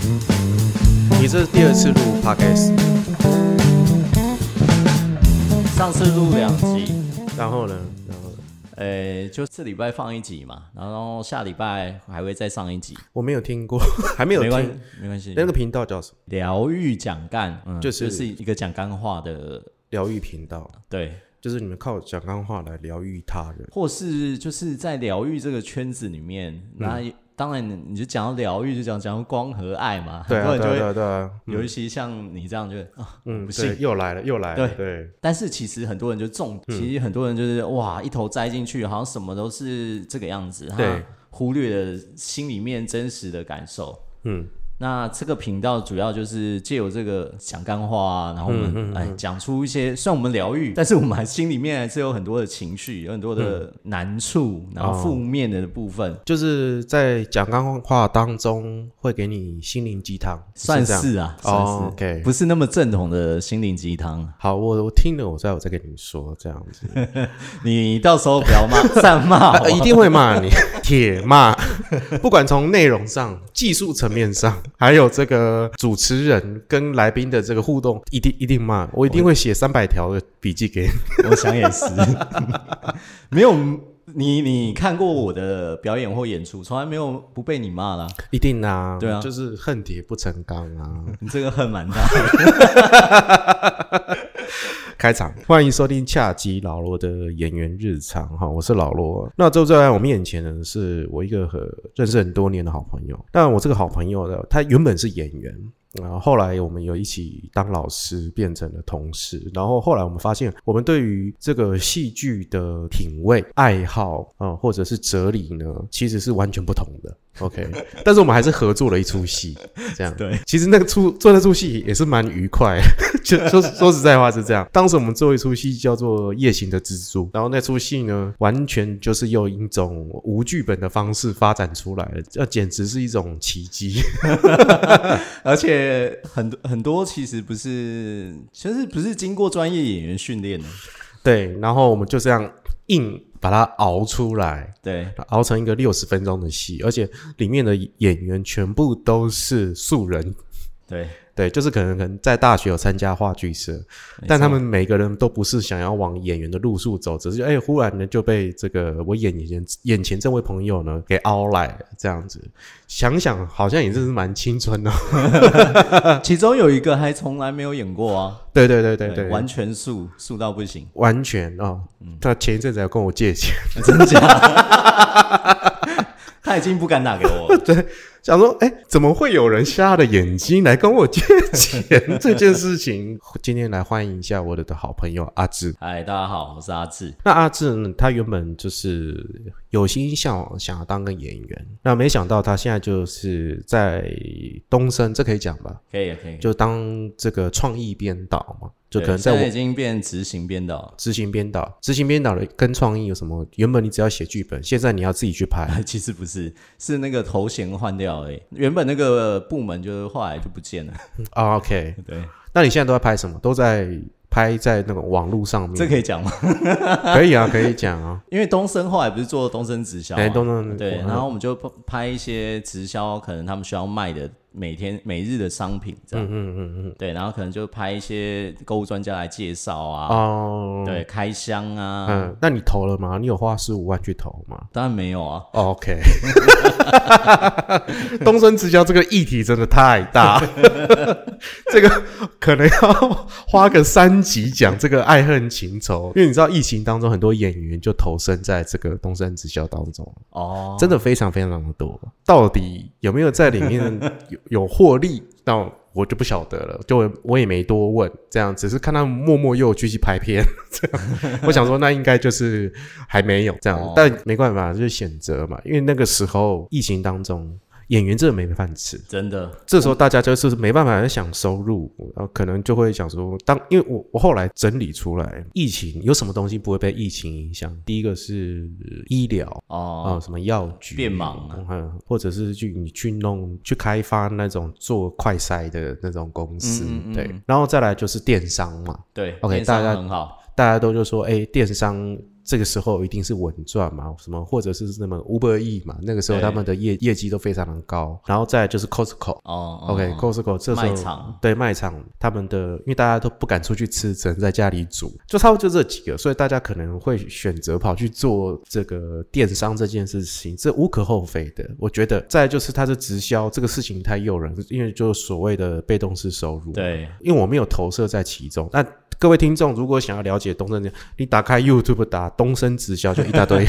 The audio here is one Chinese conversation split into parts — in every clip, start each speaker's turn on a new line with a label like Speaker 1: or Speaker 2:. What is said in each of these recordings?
Speaker 1: 你这是第二次录 podcast，
Speaker 2: 上次录两集，
Speaker 1: 然后呢，然后呢，
Speaker 2: 诶、就这礼拜放一集嘛，然后下礼拜还会再上一集，
Speaker 1: 我没有听 过，还没有
Speaker 2: 没关系
Speaker 1: 听。，
Speaker 2: 没关系。
Speaker 1: 那个频道叫什么？
Speaker 2: 疗愈讲干，嗯，
Speaker 1: 就
Speaker 2: 就是是一个讲干话的，
Speaker 1: 疗愈频道，
Speaker 2: 对，
Speaker 1: 就是你们靠讲干话来疗愈他人。
Speaker 2: 或是就是在疗愈这个圈子里
Speaker 1: 嗯
Speaker 2: 面，那、当然你就讲到疗愈，就讲讲到光和爱嘛，
Speaker 1: 对啊，
Speaker 2: 很多人就
Speaker 1: 对啊
Speaker 2: 会
Speaker 1: 对啊，对啊，
Speaker 2: 尤其像你这样就会啊，
Speaker 1: 嗯，
Speaker 2: 不
Speaker 1: 对，
Speaker 2: 信。
Speaker 1: 又来了，又来了，
Speaker 2: 对
Speaker 1: 对，
Speaker 2: 但是其实很多人就中，
Speaker 1: 嗯
Speaker 2: 其实很多人就是哇，一头栽进去，好像什么都是这个样子，
Speaker 1: 对，
Speaker 2: 忽略了心里面真实的感受。
Speaker 1: 嗯，
Speaker 2: 那这个频道主要就是借由这个讲干话啊，然后我
Speaker 1: 嗯
Speaker 2: 们哎讲出一些，虽然我们疗愈， 但是我们还心里面还是有很多的情绪，有很多
Speaker 1: 嗯
Speaker 2: 的难处，然后负面的部分，
Speaker 1: 哦就是在讲干话当中会给你心灵鸡汤，
Speaker 2: 算
Speaker 1: 这样。
Speaker 2: 是啊，算是、
Speaker 1: 哦，OK，
Speaker 2: 不是那么正统的心灵鸡汤。
Speaker 1: 好，我我听了，我再我再跟你说这样子，
Speaker 2: 你到时候不要骂， 散骂好不啊
Speaker 1: 呃
Speaker 2: 好
Speaker 1: 一定会骂你，铁骂， 不管从内容上、技术层面上，还有这个主持人跟来宾的这个互动，一定一定骂，我一定会写三百条的笔记给你。
Speaker 2: 我想也是， 没有你，你看过我的表演或演出，从来没有不被你骂啦。
Speaker 1: 一定啊，
Speaker 2: 对啊
Speaker 1: 就是恨铁不成钢啊。
Speaker 2: 你这个恨蛮大的。
Speaker 1: 开场，欢迎收听下集老罗的演员日常哈，我是老罗。那就在我面前呢，是我一个很认识很多年的好朋友。但我这个好朋友呢，他原本是演员。然后后来我们有一起当老师，变成了同事。然后后来我们发现，我们对于这个戏剧的品味、爱好啊、呃或者是哲理呢，其实是完全不同的。OK，但 是我们还是合作了一出戏，这样。
Speaker 2: 对，
Speaker 1: 其实那个出做那出戏也是蛮愉快的， 就说说实在话是这样。当时我们做一出戏叫做《夜行的蜘蛛》，然后那出戏呢，完全就是用一种无剧本的方式发展出来的，这简直是一种奇迹。
Speaker 2: 而且很多很多其实不是，其实不是经过专业演员训练的，
Speaker 1: 对，然后我们就这样硬把它熬出来。
Speaker 2: 对，
Speaker 1: 熬成一个六十分钟的戏，而且里面的演员全部都是素人，
Speaker 2: 对，
Speaker 1: 对，就是可能可能在大学有参加话剧社，但他们每个人都不是想要往演员的路数走，只是哎、忽然呢就被这个我眼前眼前这位朋友呢给凹来了这样子。想想好像也真是蛮青春的、哦
Speaker 2: 其中有一个还从来没有演过啊，
Speaker 1: 对对啊对对对，
Speaker 2: 完全素素到不行，
Speaker 1: 完全啊、哦他前一阵子还跟我借钱，
Speaker 2: 真假？ 他已经不敢打给我 了，
Speaker 1: 想说哎、怎么会有人瞎了眼睛来跟我借钱 这件事情？今天来欢迎一下我的好朋友阿志。
Speaker 2: 嗨，大家好，我是阿志，
Speaker 1: 那阿志呢？他原本就是有心向往想要当个演员，那没想到他现在就是在东升，这可以讲吧？
Speaker 2: 可以可以，
Speaker 1: 就当这个创意编导嘛，就
Speaker 2: 对
Speaker 1: 可能在
Speaker 2: 现已
Speaker 1: 我
Speaker 2: 经变执行编导了。
Speaker 1: 执行编导，执行编导的跟创意有什么？原本你只要写剧本，现在你要自己去拍。
Speaker 2: 其实不是，是那个头衔换掉而已。原本那个部门就是后来就不见 了。
Speaker 1: 啊 OK，
Speaker 2: 对，
Speaker 1: 那你现在都在拍什么？都在拍在那个网络上面，
Speaker 2: 这可以讲吗？
Speaker 1: 可以啊，可以讲 啊。
Speaker 2: 因为东升后来不是做东升直销嘛、
Speaker 1: 哎，东东，
Speaker 2: 啊对，
Speaker 1: 我
Speaker 2: 然后我们就拍一些直销，可能他们需要卖的每天每日的商品这样。嗯嗯嗯嗯。对，然后可能就拍一些购物专家来介绍啊，
Speaker 1: 哦，
Speaker 2: 对，开箱啊。
Speaker 1: 嗯，那你投了吗？你有花十五万去投吗？
Speaker 2: 当然没有啊，
Speaker 1: OK，东升直销这个议题真的太大， 这个可能要花个三集讲这个爱恨情仇，因为你知道疫情当中很多演员就投身在这个东升直销当中，
Speaker 2: 哦，
Speaker 1: 真的非常非常的多。到底有没有在里 面有有获利？那我就不晓得了，就我我也没多问，这样只是看他们默默又有继续拍片， 这样我想说那应该就是还没有这样，
Speaker 2: 哦
Speaker 1: 但没办法，就是选择嘛，因为那个时候疫情当中。演员真的没饭吃，
Speaker 2: 真的
Speaker 1: 这时候大家就是没办法想收入，然后可能就会想说，当因为我我后来整理出来，疫情有什么东西不会被疫情影响？第一个是呃医疗，啊、
Speaker 2: 哦，
Speaker 1: 什么药局
Speaker 2: 变忙啊
Speaker 1: 嗯，或者是去你去弄去开发那种做快筛的那种公司，
Speaker 2: 嗯嗯嗯
Speaker 1: 对，然后再来就是电商嘛，
Speaker 2: 对
Speaker 1: OK，
Speaker 2: 电
Speaker 1: 大
Speaker 2: 商
Speaker 1: 家
Speaker 2: 很好，
Speaker 1: 大家都就说，哎、电商这个时候一定是稳赚嘛，什么或者是那么 Uber E 嘛，那个时候
Speaker 2: 对
Speaker 1: 他们的业业绩都非常的高，然后再来就是 Costco。
Speaker 2: 哦
Speaker 1: OK，Costco、这时候
Speaker 2: 卖场
Speaker 1: 对卖场他们的，因为大家都不敢出去吃，只能在家里煮，就差不多就这几个，所以大家可能会选择跑去做这个电商这件事情，这无可厚非的。我觉得再来就是它的直销这个事情太诱人，因为就是所谓的被动式收入，，
Speaker 2: 对，
Speaker 1: 因为我没有投射在其中。那各位听众如果想要了解东升直销，你打开 YouTube 打东升直销就一大堆，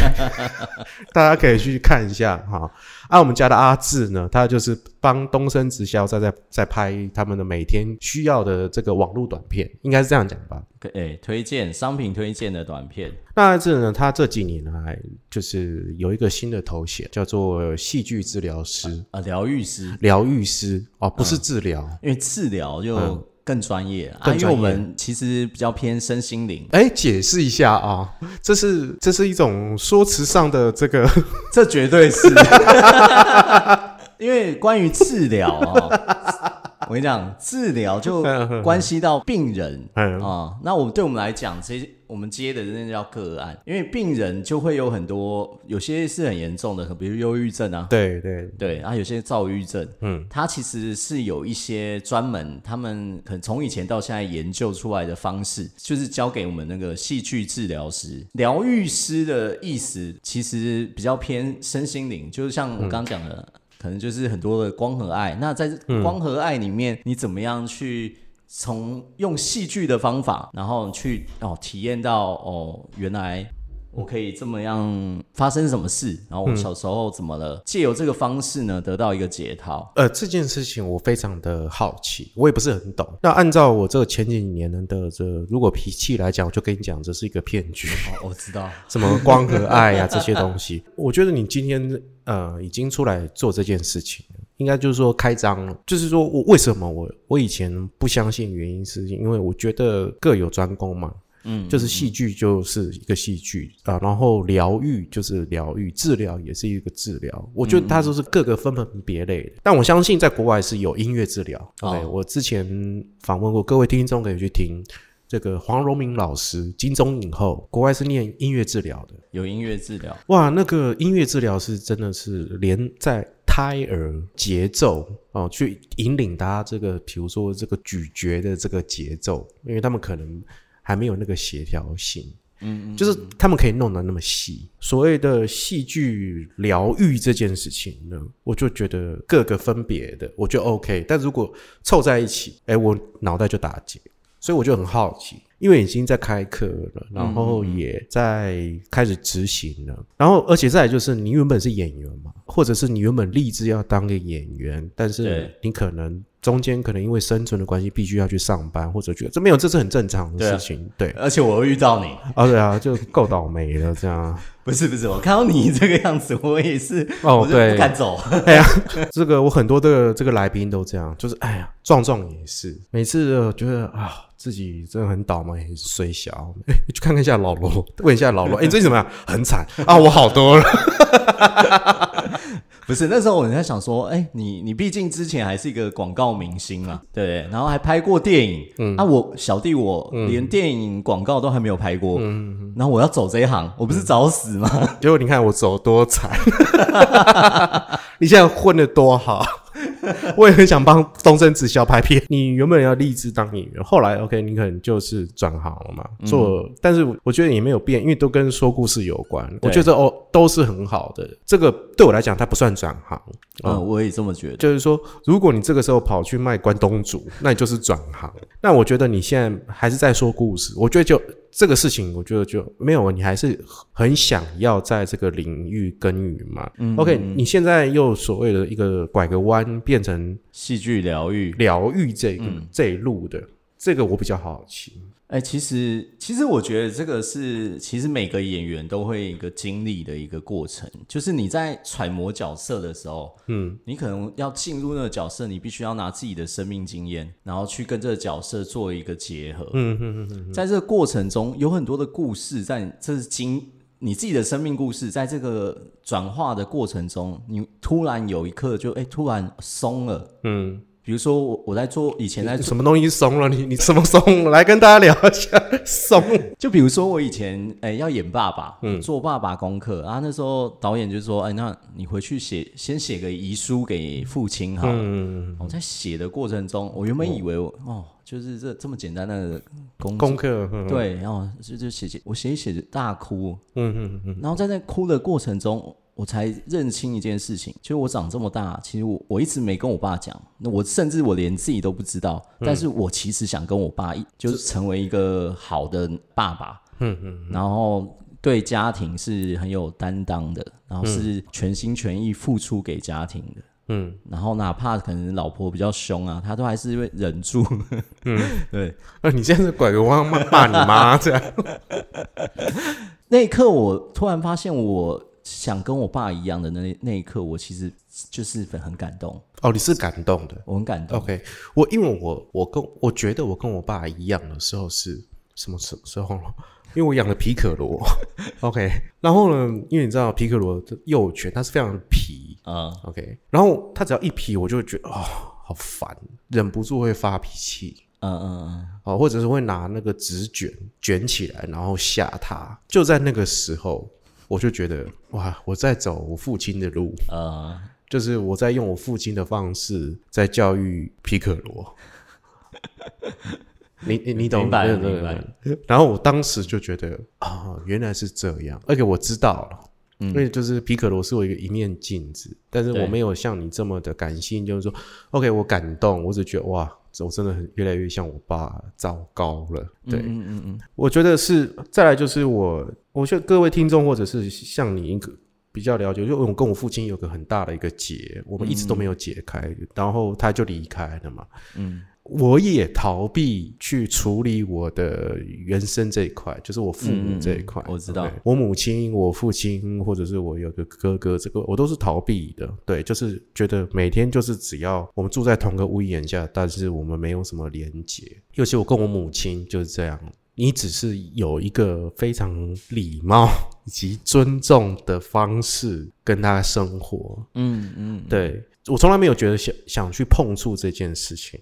Speaker 1: 大家可以去看一下哈。啊，我们家的阿志呢，他就是帮东升直销在在在拍他们的每天需要的这个网络短片，应该是这样讲吧。
Speaker 2: 哎、推荐商品推荐的短片，
Speaker 1: 那阿志呢，他这几年来就是有一个新的头衔，叫做戏剧治疗师、
Speaker 2: 啊，疗愈师，
Speaker 1: 疗愈师哦，不是治疗。
Speaker 2: 因为治疗就更专业、啊，
Speaker 1: 更
Speaker 2: 因为我
Speaker 1: 专业
Speaker 2: 们其实比较偏身心灵，
Speaker 1: 哎，解释一下啊，这是这是一种说辞上的这个
Speaker 2: 这绝对是， 因为关于治疗啊、我跟你讲，治疗就关系到病人啊、
Speaker 1: 嗯
Speaker 2: 那我们对我们来讲，这些我们接的真的叫个案，因为病人就会有很多，有些是很严重的，比如忧郁症啊，
Speaker 1: 对对，
Speaker 2: 对，啊，有些躁郁症，
Speaker 1: 嗯
Speaker 2: 嗯，它其实是有一些专门，他们可能从以前到现在研究出来的方式，就是交给我们那个戏剧治疗师、疗愈师的意思，其实比较偏身心灵，就是像我刚刚讲的，可能就是很多的光和爱。那在这光和爱里面，你怎么样去？从用戏剧的方法，然后去哦体验到哦，原来我可以这么样发生什么事，然后我小时候怎么了，借、由这个方式呢，得到一个解套。
Speaker 1: 呃，这件事情我非常的好奇，我也不是很懂。那按照我这前几年的这如果脾气来讲，我就跟你讲，这是一个骗局，
Speaker 2: 哦，我知道，
Speaker 1: 什么光和爱呀、这些东西。 我觉得你今天呃已经出来做这件事情了，应该就是说开张了。就是说我为什么我我以前不相信，原因是因为我觉得各有专攻嘛。
Speaker 2: 嗯，
Speaker 1: 就是戏剧就是一个戏剧啊，然后疗愈就是疗愈，治疗也是一个治疗。我觉得它就是各个分门别类的，但我相信在国外是有音乐治疗。
Speaker 2: 嗯哦
Speaker 1: OK，我之前访问过各位听众，可以去听这个黄荣明老师，金钟影后，国外是念音乐治疗的。
Speaker 2: 有音乐治疗，
Speaker 1: 哇，那个音乐治疗师真的是连在胎儿节奏哦，去引领他这个，比如说这个咀嚼的这个节奏，因为他们可能还没有那个协调性。嗯就是他们可以弄得那么细。所谓的戏剧疗愈这件事情呢，我就觉得各个分别的，我就 OK。但如果凑在一起，哎、我脑袋就打结。所以我就很好奇，因为已经在开课了，然后也在开始执行了，然后而且再来就是你原本是演员嘛，或者是你原本立志要当个演员，但是
Speaker 2: 对
Speaker 1: 你可能中间可能因为生存的关系，必须要去上班，或者觉得这没有，这是很正常的事情，对。
Speaker 2: 而且我又遇到你，
Speaker 1: 啊，对啊，就够倒霉了，这样。
Speaker 2: 不是不是，我看到你这个样子，我也是，
Speaker 1: 哦
Speaker 2: 我就
Speaker 1: 对
Speaker 2: 不敢走。
Speaker 1: 这个我很多的这个来宾都这样，就是哎呀，壮壮也是，每次我觉得啊自己真的很倒霉，很衰小， 哎去看看一下老罗，问一下老罗，哎、你最近怎么样？很惨啊，我好多了。
Speaker 2: 不是那时候我在想说，哎、你你毕竟之前还是一个广告明星嘛，对不对？然后还拍过电影，嗯，啊，我小弟我连电影广告都还没有拍过，嗯，然后我要走这一行，我不是找死吗？
Speaker 1: 结果你看我走多惨， 你现在混的多好。 我也很想帮东升直销拍片。你原本要立志当演员，后来 OK，你可能就是转行了嘛，做。但是我觉得也没有变，因为都跟说故事有关。我
Speaker 2: 对
Speaker 1: 觉得哦，都是很好的。这个对我来讲，它不算转行。
Speaker 2: 嗯、我也这么觉得。
Speaker 1: 就是说，如果你这个时候跑去卖关东煮， 那你就是转行。那我觉得你现在还是在说故事，我觉得就这个事情，我觉得就没有，你还是很想要在这个领域耕耘嘛。OK，你现在又所谓的一个拐个弯，变成
Speaker 2: 戏剧疗愈，
Speaker 1: 疗愈这个、这一路的，这个我比较好奇。
Speaker 2: 哎、其实其实我觉得这个是，其实每个演员都会一个经历的一个过程，就是你在揣摩角色的时候，嗯，你可能要进入那个角色，你必须要拿自己的生命经验，然后去跟这个角色做一个结合，嗯嗯嗯，在这个过程中有很多的故事在你，这是经你自己的生命故事，在这个转化的过程中，你突然有一刻就哎、突然松了，
Speaker 1: 嗯，
Speaker 2: 比比如说我我在做以 前在做，
Speaker 1: 什么东西松了？你 你什么松了？来跟大家聊一下松。
Speaker 2: 就比如说我以前哎、要演爸爸，
Speaker 1: 嗯
Speaker 2: 做爸爸功课啊，那时候导演就说哎、那你回去写先写个遗书给父亲哈。
Speaker 1: 嗯，
Speaker 2: 我、在写的过程中，我原本以为我哦，就是这这么简单的工作。
Speaker 1: 功课，嗯
Speaker 2: 对，然后就就写写，我写一写就大哭，
Speaker 1: 嗯嗯嗯，
Speaker 2: 然后在那哭的过程中，我才认清一件事情，就是我长这么大，其实我我一直没跟我爸讲，那我甚至我连自己都不知道，
Speaker 1: 嗯
Speaker 2: 但是我其实想跟我爸一，就是成为一个好的爸爸，嗯嗯，然后。对家庭是很有担当的，然后是全心全意付出给家庭的，
Speaker 1: 嗯，
Speaker 2: 然后哪怕可能老婆比较凶啊，他都还是会忍住，嗯， 对，
Speaker 1: 那呃你现在是拐个弯骂骂你妈这样？
Speaker 2: 那一刻，我突然发现，我想跟我爸一样的那那一刻，我其实就是很感动，
Speaker 1: 哦，你是感动的。
Speaker 2: 我很感动。
Speaker 1: OK，我因为我我跟我觉得我跟我爸一样的时候是什么时时候呢？因为我养了皮可罗，OK，然 后呢，因为你知道皮可罗的幼犬它是非常皮
Speaker 2: 啊、
Speaker 1: ，OK，然后它只要一皮，我就会觉得哦，好烦，忍不住会发脾气。
Speaker 2: 嗯嗯
Speaker 1: 哦，或者是会拿那个纸卷卷起来，然后吓他。就在那个时候，我就觉得哇，我在走我父亲的路，
Speaker 2: 嗯，呃，
Speaker 1: 就是我在用我父亲的方式在教育皮可 罗。你你你懂
Speaker 2: 明白
Speaker 1: 对
Speaker 2: 了
Speaker 1: 对
Speaker 2: 明白
Speaker 1: 对然后我当时就觉得啊、原来是这样，而且我知道了。因为就是皮可罗是我一个一面镜子，但是
Speaker 2: 嗯对
Speaker 1: 我没有像你这么的感性，就是说，OK，我感动，我只觉得哇，我真的很越来越像我爸，糟糕了。对，
Speaker 2: 嗯嗯嗯
Speaker 1: 我觉得是，再来就是我，我觉得各位听众或者是像你一个比较了解，就我跟我父亲有个很大的一个结，我们一直都没有解开，然后他就离开了嘛。
Speaker 2: 嗯，
Speaker 1: 我也逃避去处理我的原生这一块，就是我父母这一块、
Speaker 2: 嗯嗯嗯我知道
Speaker 1: OK，我母亲、我父亲，或者是我有个哥哥，这个我都是逃避的。对，就是觉得每天就是只要我们住在同个屋檐下，但是我们没有什么连结。尤其我跟我母亲就是这样，你只是有一个非常礼貌以及尊重的方式跟她生活，
Speaker 2: 嗯嗯嗯，
Speaker 1: 对我从来没有觉得想想去碰触这件事情。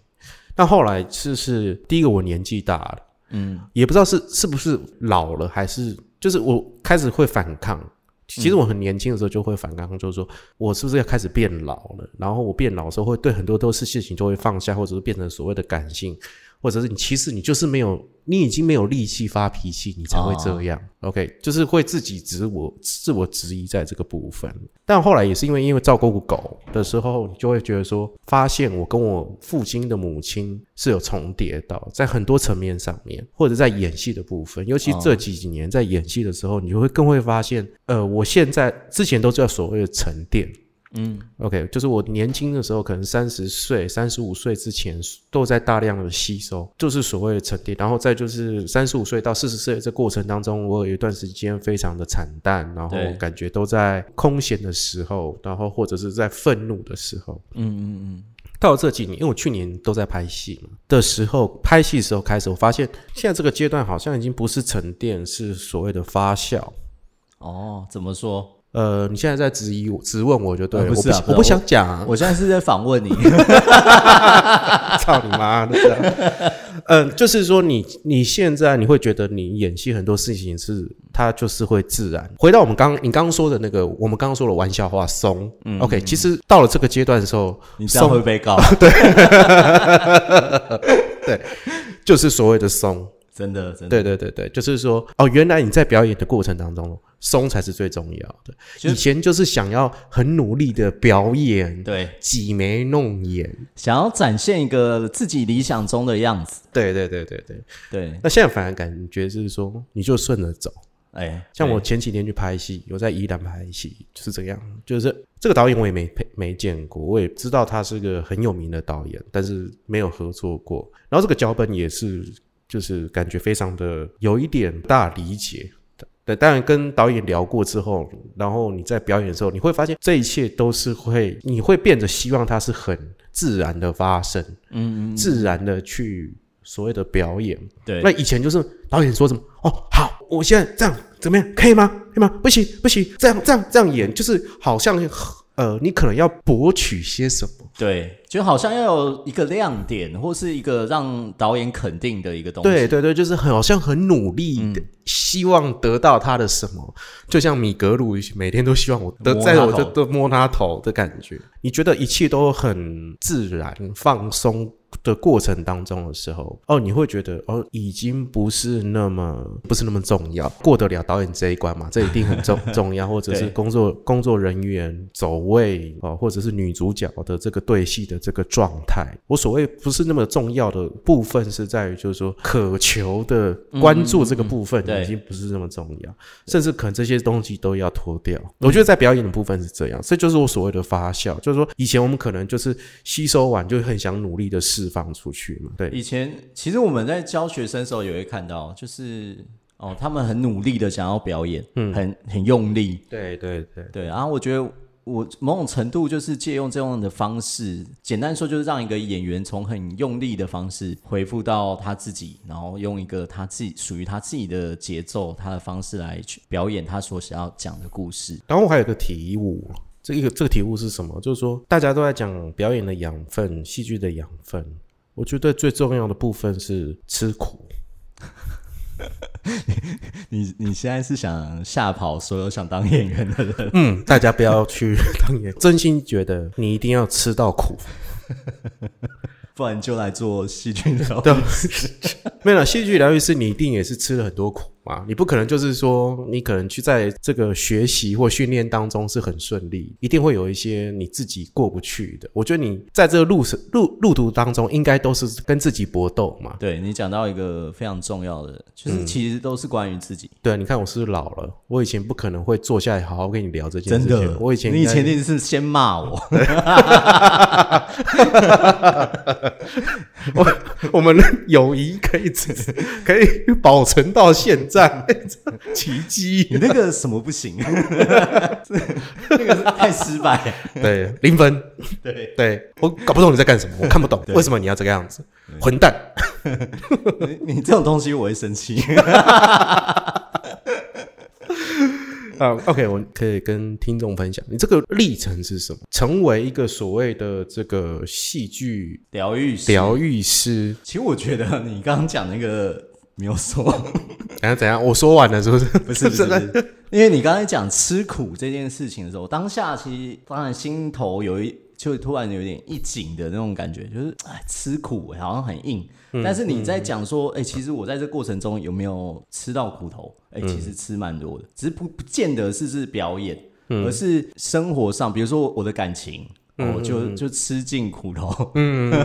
Speaker 1: 但后来是是第一个我年纪大了，
Speaker 2: 嗯，
Speaker 1: 也不知道是是不是老了，还是就是我开始会反抗。其实我很年轻的时候就会反抗，就是说我是不是要开始变老了？然后我变老的时候，会对很多都是事情就会放下，或者是变成所谓的感性，或者是你其实你就是没有，你已经没有力气发脾气，你才会这样。OK，就是会自己自我自我质疑在这个部分。但后来也是因为因为照顾狗的时候，你就会觉得说，发现我跟我父亲的母亲是有重叠到，在很多层面上面，或者在演戏的部分，尤其这几几年在演戏的时候，你就会更会发现，呃，我现在之前都叫所谓的沉淀。
Speaker 2: 嗯
Speaker 1: ，OK，就是我年轻的时候，可能三十岁、三十五岁之前都在大量的吸收，就是所谓的沉淀。然后再就是三十五岁到四十岁这过程当中，我有一段时间非常的惨淡，然后
Speaker 2: 对
Speaker 1: 感觉都在空闲的时候，然后或者是在愤怒的时候。
Speaker 2: 嗯嗯
Speaker 1: 到这几年，因为我去年都在拍戏嘛的时候，拍戏的时候开始，我发现现在这个阶段好像已经不是沉淀，是所谓的发酵。
Speaker 2: 嗯，哦，怎么说？
Speaker 1: 呃，你现在在质疑我、质问我就对了，
Speaker 2: 啊不是啊
Speaker 1: 我不
Speaker 2: 不是啊
Speaker 1: 我不想讲啊、
Speaker 2: 我现在是在访 问你，
Speaker 1: 操你妈的！这样嗯，就是说你你现在你会觉得你演戏很多事情是它就是会自然。回到我们刚你刚刚说的那个，我们刚刚说的玩笑话松、o
Speaker 2: 嗯
Speaker 1: k 其实到了这个阶段的时候，
Speaker 2: 你这样会被告，
Speaker 1: 就是所谓的松。
Speaker 2: 真的真的。
Speaker 1: 对对对对，就是说哦，原来你在表演的过程当中，松才是最重要的。
Speaker 2: 其实
Speaker 1: 以前就是想要很努力的表演，
Speaker 2: 对，
Speaker 1: 挤眉弄眼。
Speaker 2: 想要展现一个自己理想中的样子，
Speaker 1: 对对对对对，
Speaker 2: 对，
Speaker 1: 那现在反而感觉是说，你就顺着走。
Speaker 2: 哎，
Speaker 1: 像我前几天去拍戏，有在宜兰拍戏，就是这样。就是这个导演我也没配没见过，我也知道他是个很有名的导演，但是没有合作过。然后这个脚本也是，就是感觉非常的有一点大理解。对，当然跟导演聊过之后，然后你在表演的时候，你会发现这一切都是会，你会变得希望它是很自然的发生，嗯嗯自然的去所谓的表演。
Speaker 2: 对
Speaker 1: 那以前就是导演说什么哦，好，我现在这样怎么样，可以吗？可以吗？不行不行，这样这样这样演，就是好像很呃，你可能要博取些什么。
Speaker 2: 对，就好像要有一个亮点，或是一个让导演肯定的一个东西。嗯
Speaker 1: 对对对，就是很好像很努力，的，希望得到他的什么，就像米格鲁每天都希望我得
Speaker 2: 摸他
Speaker 1: 在我这
Speaker 2: 头
Speaker 1: 都摸他头的感觉。你觉得一切都很自然、放松的过程当中的时候，哦，你会觉得哦，已经不是那么不是那么重要，过得了导演这一关嘛？这一定很 重重要，或者是
Speaker 2: 对
Speaker 1: 工作工作人员走位哦，或者是女主角的这个对戏的这个状态。我所谓不是那么重要的部分，是在于就是说渴求的关注这个部分
Speaker 2: 嗯嗯嗯
Speaker 1: 已经不是那么重要，甚至可能这些东西都要脱掉。我觉得在表演的部分是这样，这就是我所谓的发酵，就是说以前我们可能就是吸收完就很想努力的释放出去嘛，对。
Speaker 2: 以前其实我们在教学生的时候也会看到，就是哦，他们很努力的想要表演，很很用力，
Speaker 1: 对对对，
Speaker 2: 对，然、后我觉得我某种程度就是借用这样的方式，简单说就是让一个演员从很用力的方式回复到他自己，然后用一个他自己属于他自己的节奏、他的方式来去表演他所想要讲的故事。
Speaker 1: 然后我还有个体悟，这一个这个体悟是什么？就是说大家都在讲表演的养分、戏剧的养分，我觉得最重要的部分是吃苦。
Speaker 2: 你你现在是想吓跑所有想当演员的人？
Speaker 1: 嗯，大家不要去 当演，真心觉得你一定要吃到苦。
Speaker 2: 不然就来做戏剧 疗
Speaker 1: 对
Speaker 2: 愈。
Speaker 1: 没有啦，戏剧疗愈师你一定也是吃了很多苦嘛，你不可能就是说你可能去在这个学习或训练当中是很顺利，一定会有一些你自己过不去的。我觉得你在这个路程路路途当中，应该都是跟自己搏斗嘛。
Speaker 2: 对你讲到一个非常重要的，就是其实都是关于自己。
Speaker 1: 对啊，你看我是不是老了？我以前不可能会坐下来好好跟你聊这件
Speaker 2: 真
Speaker 1: 事
Speaker 2: 的
Speaker 1: 情。，我以前
Speaker 2: 你以
Speaker 1: 应该
Speaker 2: 前一定是先骂我，
Speaker 1: 我们的友谊可以只可以保存到现在， 奇迹。
Speaker 2: 你那个什么不行，那个是太失败。
Speaker 1: 对，零分。
Speaker 2: 对，
Speaker 1: 对我搞不懂你在干什么，我看不懂为什么你要这个样子，混蛋。
Speaker 2: 你你这种东西我会生 气。
Speaker 1: 啊、o k 我可以跟听众分享，你这个历程是什么？成为一个所谓的这个戏剧
Speaker 2: 疗愈师，
Speaker 1: 疗愈师，
Speaker 2: 其实我觉得你刚刚讲那个没有说，
Speaker 1: 然后怎样？我说完了是嗯不是？
Speaker 2: 不是不 是不是，因为你刚才讲吃苦这件事情的时候，当下其实当然心头有一。就突然有点一紧的那种感觉，就是哎，吃苦好像很硬。但是你在讲说，哎、其实我在这过程中有没有吃到苦头？哎、其实吃蛮多的，只是不不见得是是表演，而是生活上，比如说我的感情，我、哦、就就吃尽苦头。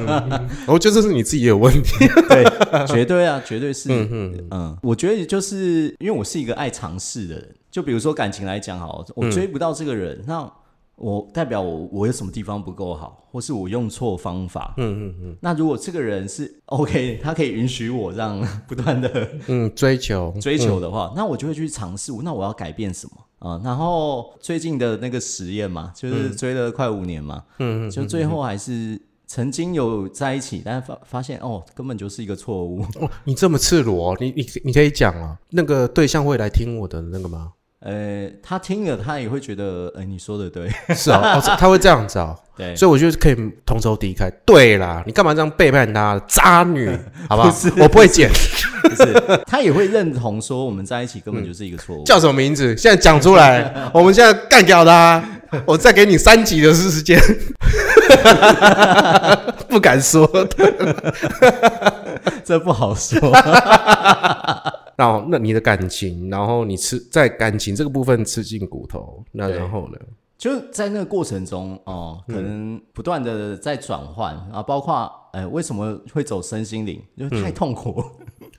Speaker 1: 我觉得这是你自己有问题。
Speaker 2: 对，绝对啊，绝对是。嗯我觉得就是因为我是一个爱尝试的人，就比如说感情来讲，好了，我追不到这个人，那我代表我我有什么地方不够好，或是我用错方法。嗯嗯嗯。那如果这个人是 OK，他可以允许我让不断的
Speaker 1: 嗯，追求
Speaker 2: 追求的话，那我就会去尝试。那我要改变什么啊、然后最近的那个实验嘛，就是追了快五年嘛，嗯，就最后还是曾经有在一起，但是发发现哦，根本就是一个错误。
Speaker 1: 哦，你这么赤裸、你你你可以讲啊，那个对象会来听我的那个吗？
Speaker 2: 呃，他听了他也会觉得，呃，你说的对，
Speaker 1: 是 啊、哦是他会这样子啊、
Speaker 2: 对，
Speaker 1: 所以我觉得可以同仇敌忾。对啦，你干嘛这样背叛他？渣女， 好不好？我不会剪，
Speaker 2: 不是，他也会认同说我们在一起根本就是一个错误。
Speaker 1: 叫什么名字？现在讲出来，我们现在干掉他。我再给你三集的时间，不敢说。
Speaker 2: 这不好说。
Speaker 1: 然后，那你的感情，然后你吃在感情这个部分吃尽骨头，那
Speaker 2: 对
Speaker 1: 然后呢？
Speaker 2: 就是在那个过程中，哦，可能不断的在转换啊，包括，呃，为什么会走身心灵？因为太痛苦，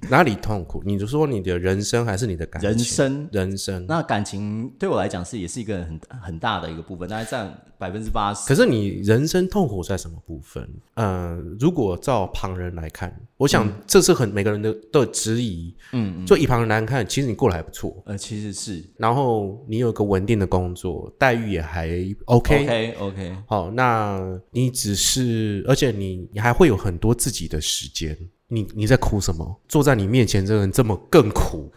Speaker 1: 哪里痛苦？你就说你的人生还是你的嗯感情？
Speaker 2: 人生。
Speaker 1: 人生。
Speaker 2: 那感情对我来讲是也是一个很很大的一个部分，大概占百分之八十。
Speaker 1: 可是你人生痛苦在什么部分？呃，如果照旁人来看，我想这是很每个人的的质疑。嗯，就以旁人来看，其实你过得还不错，
Speaker 2: 呃，其实是
Speaker 1: 然后你有个稳定的工作，待遇也还 OK。
Speaker 2: OK OK，
Speaker 1: 好，那你只是，而且你你还会有很多自己的时间，你你在苦什么？坐在你面前这个人这么更 苦，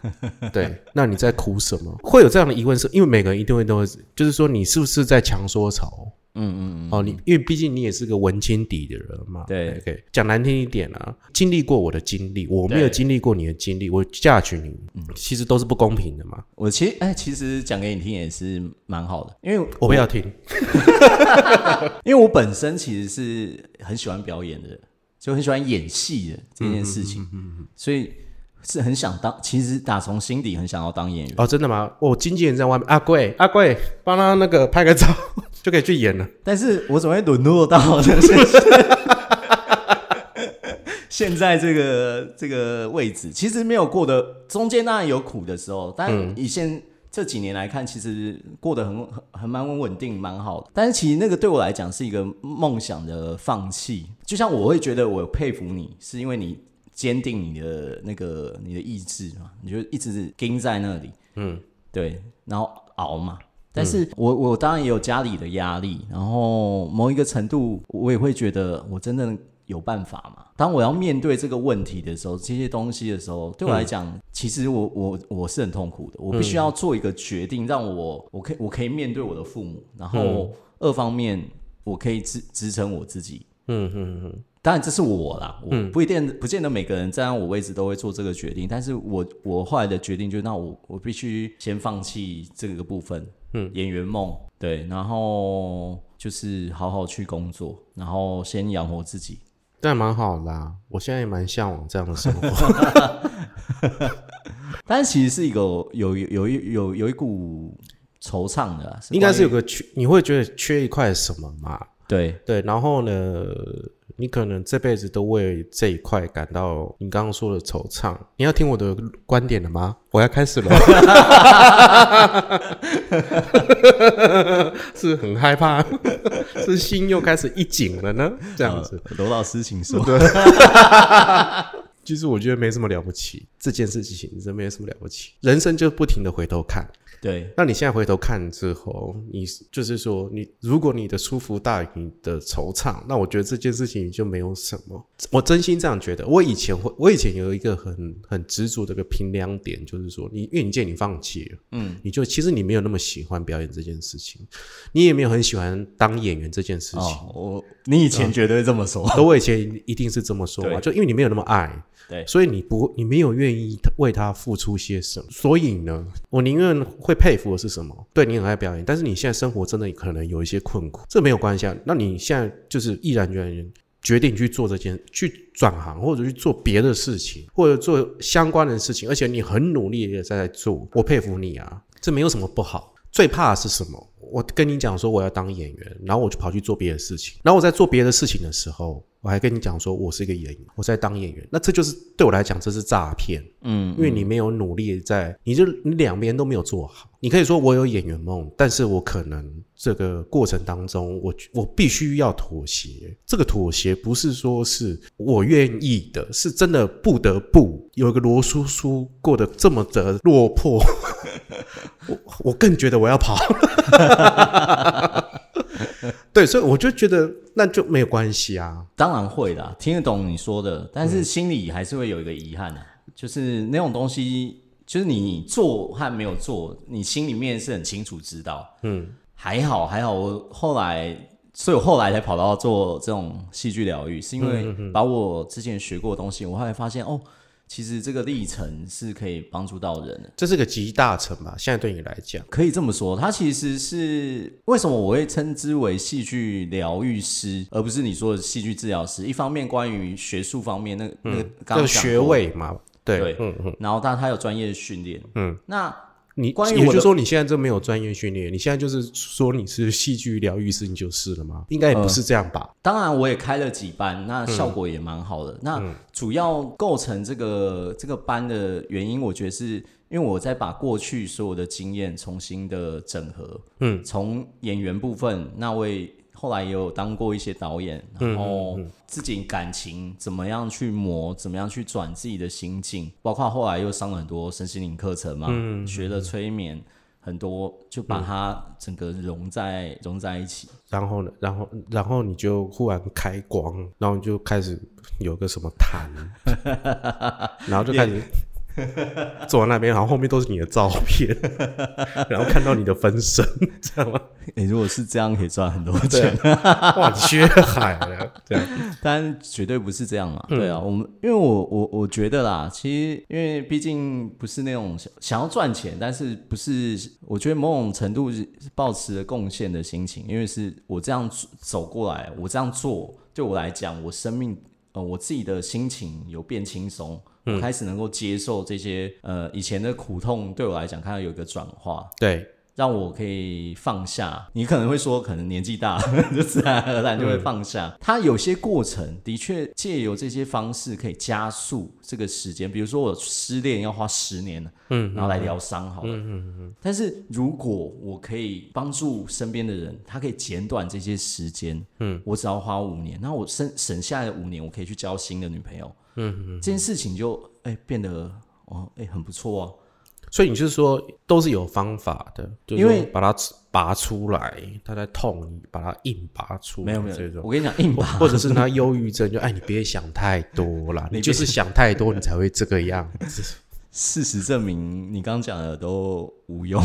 Speaker 1: 对，那你在苦什么？会有这样的疑问是，因为每个人一定会都会，就是说你是不是在强说潮？
Speaker 2: 嗯嗯嗯，
Speaker 1: 哦，你因为毕竟你也是个文青底的人嘛，
Speaker 2: 对
Speaker 1: ，OK，讲难听一点啊，经历过我的经历，我没有
Speaker 2: 对嗯
Speaker 1: 经历过你的经历，我嫁娶你，其实都是不公平的嘛。
Speaker 2: 我其实哎，其实讲给你听也是蛮好的，因为
Speaker 1: 我不要听，
Speaker 2: 因为我本身其实是很喜欢表演的人，就很喜欢演戏的这件事情，所以是很想当，其实打从心底很想要当演员。
Speaker 1: 哦，真的吗？我、经纪人在外面，阿贵，阿贵，帮他那个拍个照 就可以去演了。
Speaker 2: 但是我怎么会沦落到这是现在这个这个位置？其实没有过得，中间当然有苦的时候，但以现、这几年来看，其实过得很很很蛮稳定，蛮好的。但是其实那个对我来讲是一个梦想的放弃，就像我会觉得我佩服你，是因为你坚定你的那个你的意志嘛，你就一直盯在那里，对，然后熬嘛。但是我我当然也有家里的压力，然后某一个程度，我也会觉得我真的有办法嘛。当我要面对这个问题的时候，这些东西的时候，对我来讲，其实我我我是很痛苦的。我必须要做一个决定，让我我可以我可以面对我的父母，然后二方面我可以支支撑我自己，
Speaker 1: 嗯嗯嗯，
Speaker 2: 当然这是我啦，我不一定不见得每个人站在我位置都会做这个决定，但是我我后来的决定就是，那我我必须先放弃这个部分，嗯，演员梦，对，然后就是好好去工作，然后先养活自己。
Speaker 1: 但蛮好啦，我现在也蛮向往这样的生活。
Speaker 2: 但是其实是一个有有有一有有一股惆怅的啊，
Speaker 1: 应该是有
Speaker 2: 关于
Speaker 1: 个缺，你会觉得缺一块什么嘛？
Speaker 2: 对
Speaker 1: 对，然后呢，你可能这辈子都为这一块感到你刚刚说的惆怅。你要听我的观点了吗？我要开始了， 是很害怕， 是心又开始一紧了呢？这样子，
Speaker 2: 呃罗老师请 说。
Speaker 1: 其实我觉得没什么了不起，这件事情真没什么了不起。人生就不停的回头看，
Speaker 2: 对
Speaker 1: 那你现在回头看之后，你就是说，你如果你的舒服大于你的惆怅，那我觉得这件事情就没有什么。我真心这样觉得。我以前会，我以前有一个很很执着的一个评量点，就是说，你因为你见你放弃了，嗯，你就其实你没有那么喜
Speaker 2: 嗯
Speaker 1: 欢表演这件事情，你也没有很喜欢当演员这件事情。
Speaker 2: 哦，我你以前绝对这么说，
Speaker 1: 可我以前一定是这么说嘛，
Speaker 2: 对
Speaker 1: 就因为你没有那么爱，
Speaker 2: 对
Speaker 1: 所以你不，你没有愿意为他付出些什么。所以呢，我宁愿会佩服的是什么？对你很爱表演，但是你现在生活真的可能有一些困苦，这没有关系啊。那你现在就是毅然决然决定去做这件，去转行或者去做别的事情，或者做相关的事情，而且你很努力的在做，我佩服你啊，这没有什么不好。最怕的是什么？我跟你讲说我要当演员，然后我就跑去做别的事情，然后我在做别的事情的时候，我还跟你讲说我是一个演员，我在当演员，那这就是对我来讲这是诈骗，
Speaker 2: 嗯，
Speaker 1: 因为你没有努力在，你就你两边都没有做好。你可以说我有演员梦，但是我可能这个过程当中，我我必须要妥协。这个妥协不是说是我愿意的，是真的不得不。有一个罗叔叔过得这么的落魄，我我更觉得我要跑。 对，所以我就觉得那就没有关系啊。
Speaker 2: 当然会啦，听得懂你说的，但是心里还是会有一个遗憾啊，就是那种东西，就是你做和没有做，你心里面是很清楚知道。嗯，还好还好，我后来，所以我后来才跑到做这种戏剧疗愈，是因为把我之前学过的东西，我后来发现哦，其实这个历程是可以帮助到人的。
Speaker 1: 这是个集大成吧？现在对你来讲，
Speaker 2: 可以这么说，他其实是为什么我会称之为戏剧疗愈师，而不是你说的戏剧治疗师。一方面关于学术方面，那个、那个
Speaker 1: 嗯
Speaker 2: 刚
Speaker 1: 这
Speaker 2: 刚
Speaker 1: 个
Speaker 2: 讲
Speaker 1: 学
Speaker 2: 过，
Speaker 1: 位嘛，对，
Speaker 2: 对
Speaker 1: 嗯嗯。
Speaker 2: 然后但他有专业训练，嗯，那
Speaker 1: 你
Speaker 2: 关于
Speaker 1: 也
Speaker 2: 我
Speaker 1: 就
Speaker 2: 的
Speaker 1: 说你现在这没有专业训练，你现在就是说你是戏剧疗愈师，你就是了吗？应该也
Speaker 2: 嗯
Speaker 1: 不是这样吧？
Speaker 2: 当然我也开了几班，那效果也蛮好的。那主要构成这个这个班的原因，我觉得是因为我在把过去所有的经验重新的整合，嗯，从演员部分，那我也后来也有当过一些导演，然后自己感情怎么样去磨，怎么样去转自己的心境，包括后来又上了很多身心灵课程嘛，学了催眠。很多，就把它整个融在、融在一起。
Speaker 1: 然后呢，然后然后你就忽然开光，然后你就开始有个什么 坛，然后就开始坐在那边，然后后面都是你的照片，然后看到你的分身，知道吗？
Speaker 2: 你、如果是这样，可以赚很多
Speaker 1: 对
Speaker 2: 钱，
Speaker 1: 啊，哇，你血海啊了，这样，
Speaker 2: 但绝对不是这样嘛。对
Speaker 1: 嗯
Speaker 2: 啊，我们因为我我我觉得啦，其实因为毕竟不是那种想想要赚钱，但是不是我觉得某种程度是保持着贡献的心情，因为是我这样走走过来，我这样做对我来讲，我生命呃我自己的心情有变轻松。
Speaker 1: 嗯
Speaker 2: 我开始能够接受这些呃以前的苦痛，对我来讲，看到有一个转化，
Speaker 1: 对，
Speaker 2: 让我可以放下。你可能会说，可能年纪大了， 就自然而然就会放下。它有些过程的确借由这些方式可以加速这个时间，比如说我失恋要花十年了，嗯，然后来疗伤好了，嗯嗯嗯。但是如果我可以帮助身边的人，他可以减短这些时间，嗯，我只要花五年，那我省省下来的五年，我可以去交新的女朋友，嗯嗯，这件事情就哎、变得哦哎、很不错哦、
Speaker 1: 所以你是说都是有方法的，就是
Speaker 2: 因
Speaker 1: 说
Speaker 2: 为
Speaker 1: 把它拔出来，它在痛，你把它硬拔出来，
Speaker 2: 没有没
Speaker 1: 这种
Speaker 2: 有，。我跟你讲，硬
Speaker 1: 或
Speaker 2: 吧。
Speaker 1: 或者是他忧郁症，就哎，你别想太多啦，你
Speaker 2: 你别
Speaker 1: 就是想太多，你才会这个样子。
Speaker 2: 事实证明，你刚讲的都无用。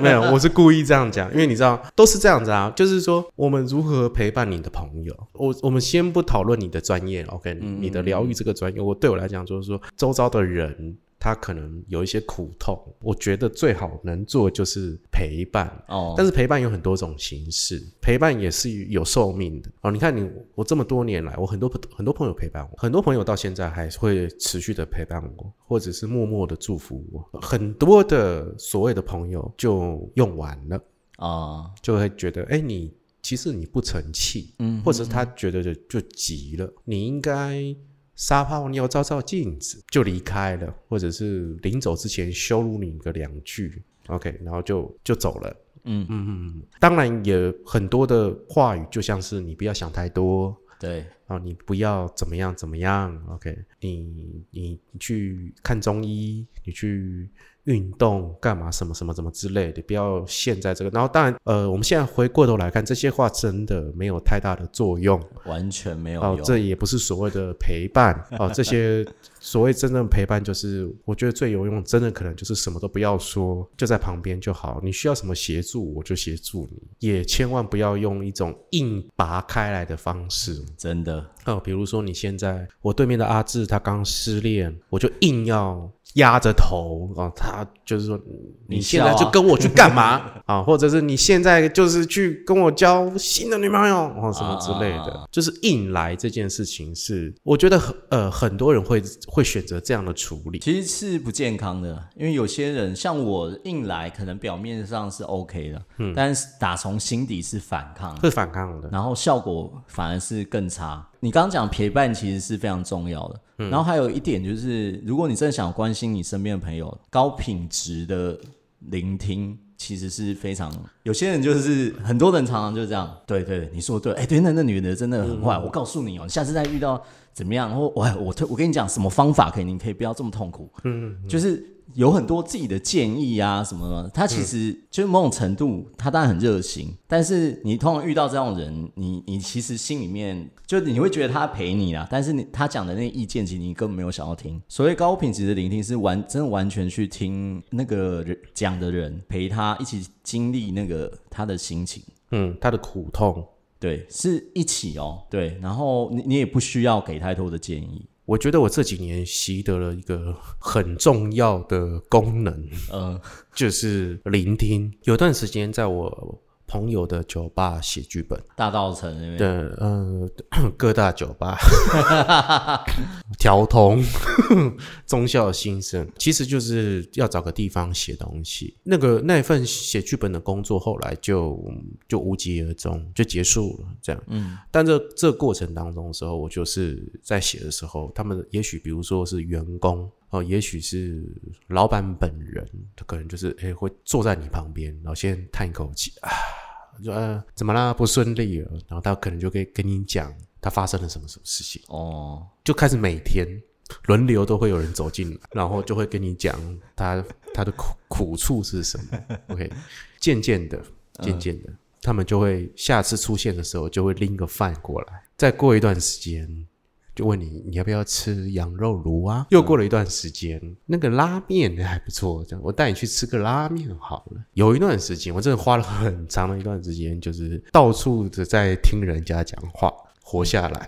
Speaker 1: 没有，我是故意这样讲，因为你知道都是这样子啊，就是说我们如何陪伴你的朋友。我我们先不讨论你的专业，OK，你你的疗愈这个专业，我对我来讲就是说周遭的人。他可能有一些苦痛，我觉得最好能做就是陪伴，
Speaker 2: 哦，
Speaker 1: 但是陪伴有很多种形式，陪伴也是有寿命的哦。你看你我这么多年来，我很多很多朋友陪伴我，很多朋友到现在还会持续的陪伴我，或者是默默的祝福我。很多的所谓的朋友就用完了，
Speaker 2: 啊，
Speaker 1: 就会觉得哎、你其实你不成器，嗯，或者是他觉得就就急了，你应该。撒泡尿照照镜子就离开了，或者是临走之前羞辱你个两句，OK，然后就就走了。
Speaker 2: 嗯，
Speaker 1: 当然也很多的话语，就像是你不要想太多
Speaker 2: 对，
Speaker 1: 啊，你不要怎么样怎么样，OK，你你你去看中医，你去运动干嘛什么什么什么之类的，不要陷在这个。然后当然，呃，我们现在回过头来看，这些话真的没有太大的作用
Speaker 2: 完全没有
Speaker 1: 哦、
Speaker 2: 用。
Speaker 1: 这也不是所谓的陪伴哦、这些 所谓真正陪伴，就是我觉得最有用，真的可能就是什么都不要说，就在旁边就好。你需要什么协助，我就协助你，也千万不要用一种硬拔开来的方式
Speaker 2: 真的，
Speaker 1: 哦、比如说你现在我对面的阿志他刚失恋，我就硬要。压着头哦，他就是说，
Speaker 2: 你
Speaker 1: 你现在
Speaker 2: 笑啊
Speaker 1: 就跟我去干嘛啊？或者是你现在就是去跟我交新的女朋友，哦，什么之类的，
Speaker 2: 啊
Speaker 1: 就是硬来这件事情是，我觉得很呃很多人会会选择这样的处理。
Speaker 2: 其实是不健康的，因为有些人像我硬来，可能表面上是 OK 的，但是打从心底是反抗的。
Speaker 1: 会反抗的，
Speaker 2: 然后效果反而是更差。你刚刚讲陪伴其实是非常重要的，然后还有一点就是，如果你真的想关心你身边的朋友，高品质的聆听其实是非常。有些人就是很多人常常就这样，对对，你说对，哎，对，那那女的真的很坏，我告诉你哦，你下次再遇到怎么样，或我我推我跟你讲什么方法可以，你可以不要这么痛苦，就是有很多自己的建议啊什么的，他其实就是某种程度，他当然很热心，但是你通常遇到这种人，你你其实心里面就你会觉得他陪你啦，但是你他讲的那个意见，其实你根本没有想要听。所谓高品质的聆听，是完真的完全去听那个人讲的人，陪他一起经历那个他的心情。
Speaker 1: 嗯，他的苦痛，
Speaker 2: 对，是一起哦，对，然后你你也不需要给太多的建议，
Speaker 1: 我觉得我这几年习得了一个很重要的功能，
Speaker 2: 嗯、
Speaker 1: 就是聆听。有段时间在我朋友的酒吧写剧本，
Speaker 2: 大道城那边，
Speaker 1: 对，嗯、 各大酒吧 调通 忠孝新生，其实就是要找个地方写东西。那个那一份写剧本的工作，后来就就无疾而终，就结束了。这样，嗯，但这这个过程当中的时候，我就是在写的时候，他们也许比如说是员工。哦，也许是老板本人，他可能就是诶、会坐在你旁边，然后先叹一口气，就呃怎么啦不顺利了，然后他可能就可以跟你讲他发生了什么什么事情，
Speaker 2: 哦，
Speaker 1: 就开始每天轮流都会有人走进来，然后就会跟你讲他他的苦苦处是什么。OK，渐渐的，渐渐的，他们就会下次出现的时候就会拎个饭过来，再过一段时间。就问你你要不要吃羊肉炉啊？又过了一段时间，那个拉面还不错，这样我带你去吃个拉面好了。有一段时间，我真的花了很长的一段时间，就是到处的在听人家讲话，活下来。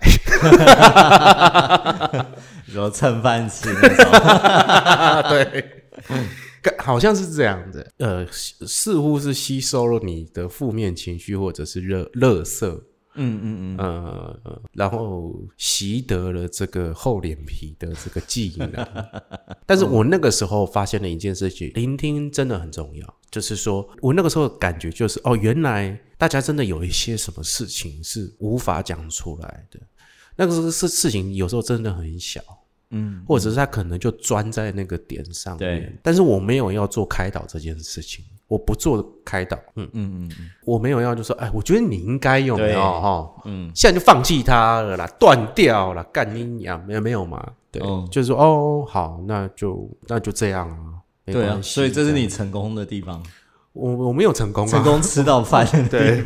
Speaker 2: 然后蹭饭吃那种，
Speaker 1: 对，好像是这样的，呃，似似乎是吸收了你的负面情绪或者是热乐色，
Speaker 2: 嗯嗯嗯，
Speaker 1: 呃，然后习得了这个厚脸皮的这个技能。但是我那个时候发现了一件事情，聆听真的很重要。就是说我那个时候感觉就是，哦，原来大家真的有一些什么事情是无法讲出来的。那个时候是事情有时候真的很小，嗯，或者是他可能就钻在那个点上面
Speaker 2: 对。
Speaker 1: 但是我没有要做开导这件事情，我不做开导，嗯嗯嗯，我没有要就说，哎，我觉得你应该有没有
Speaker 2: 对
Speaker 1: 哈，嗯，现在就放弃它了啦，断掉了，干你娘，没有没有嘛，对，
Speaker 2: 嗯
Speaker 1: 就是说哦，好，那就那就这样啊，没
Speaker 2: 对啊，
Speaker 1: 关系
Speaker 2: 所以这是你成功的地方，
Speaker 1: 我我没有成功啊，
Speaker 2: 成功吃到饭，
Speaker 1: 对，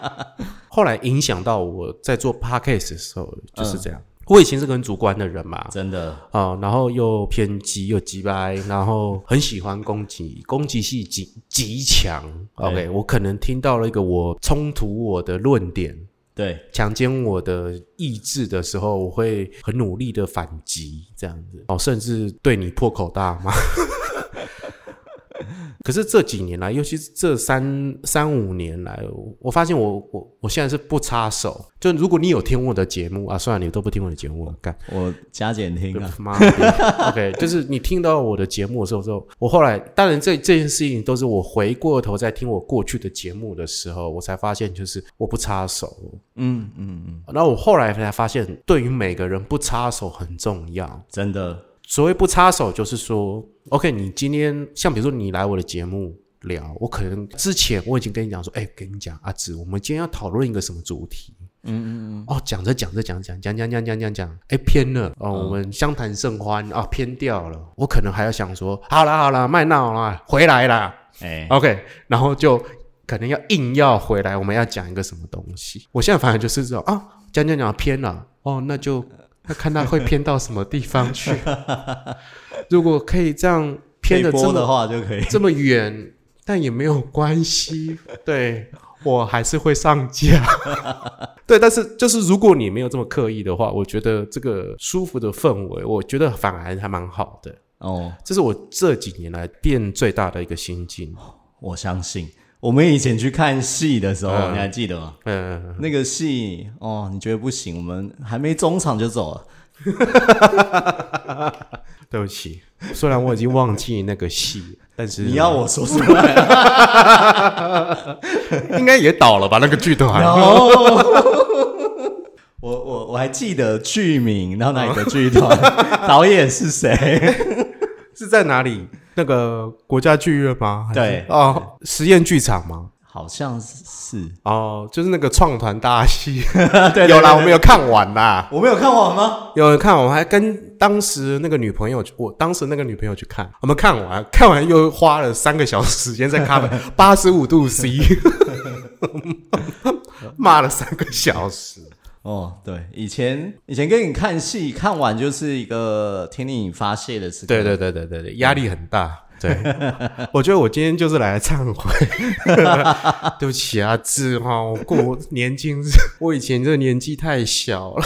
Speaker 1: 后来影响到我在做 podcast 的时候就是这样。
Speaker 2: 嗯
Speaker 1: 我以前是个很主观的人嘛，
Speaker 2: 真的，
Speaker 1: 啊、然后又偏激又鸡掰，然后很喜欢攻击，攻击性极极强。OK，我可能听到了一个我冲突我的论点，
Speaker 2: 对，
Speaker 1: 强奸我的意志的时候，我会很努力的反击，这样子哦，甚至对你破口大骂。 可是这几年来，尤其是这三三五年来，我我发现我我我现在是不插手。就如果你有听我的节目啊，算了，你都不听我的节目，干
Speaker 2: 我加减听 啊，
Speaker 1: 妈的，OK，就是你听到我的节目的时候，之后我后来当然这这件事情都是我回过头在听我过去的节目的时候，我才发现就是我不插手。
Speaker 2: 嗯嗯嗯，
Speaker 1: 那我后来才发现，对于每个人不插手很重要。
Speaker 2: 真的，
Speaker 1: 所谓不插手，就是说，OK，你今天像比如说你来我的节目聊，我可能之前我已经跟你讲说，哎、跟你讲，阿紫，我们今天要讨论一个什么主题？嗯嗯嗯。哦，讲着讲着讲讲讲讲讲讲讲讲，哎、偏了哦，我们相谈甚欢啊、偏掉了。我可能还要想说，好啦好啦，卖闹啦，回来啦，
Speaker 2: 哎，
Speaker 1: OK，然后就可能要硬要回来，我们要讲一个什么东西。我现在反而就是这种啊，讲讲讲偏了，哦，那就那看他会偏到什么地方去。 如果可以这样偏
Speaker 2: 可
Speaker 1: 的
Speaker 2: 以
Speaker 1: 这
Speaker 2: 播的
Speaker 1: 么
Speaker 2: 话就可以，
Speaker 1: 这么远，但也没有关系，对我还是会上 架。对，但是就是如果你没有这么刻意的话，我觉得这个舒服的氛围，我觉得反而还蛮好的。
Speaker 2: 哦，
Speaker 1: 这是我这几年来变最大的一个心境。
Speaker 2: 我相信。我们以前去看戏的时候，
Speaker 1: 嗯
Speaker 2: 你还记得吗？
Speaker 1: 嗯、
Speaker 2: 那个戏哦，你觉得不行，我们还没中场就走了。
Speaker 1: 对不起，虽然我已经忘记那个 戏，但是啊
Speaker 2: 你要我说出来
Speaker 1: 应该也倒了吧？那个剧团
Speaker 2: ？No，我我我还记得剧名，然后哪一个剧 团，导演是谁？
Speaker 1: 是在哪里？那个国家剧院吗？还是
Speaker 2: 对
Speaker 1: 哦，实验剧场吗？
Speaker 2: 好像是，
Speaker 1: 哦，就是那个创团大戏，
Speaker 2: 对 对
Speaker 1: 有啦，
Speaker 2: 对
Speaker 1: 我们有看完啦，
Speaker 2: 我没有看完吗？
Speaker 1: 有人看，我还跟当时那个女朋友去，我当时那个女朋友去看，我们看完，看完又花了三个小时时间 在咖啡八十五度 C，骂了三个小时，
Speaker 2: 哦，对，以前以前跟你看戏，看完就是一个听你发泄的时刻。
Speaker 1: 对对对对对对，压力很大。对，我觉得我今天就是来忏悔，对不起啊，志哈，我过我年轻时，我以前这个年纪太小了，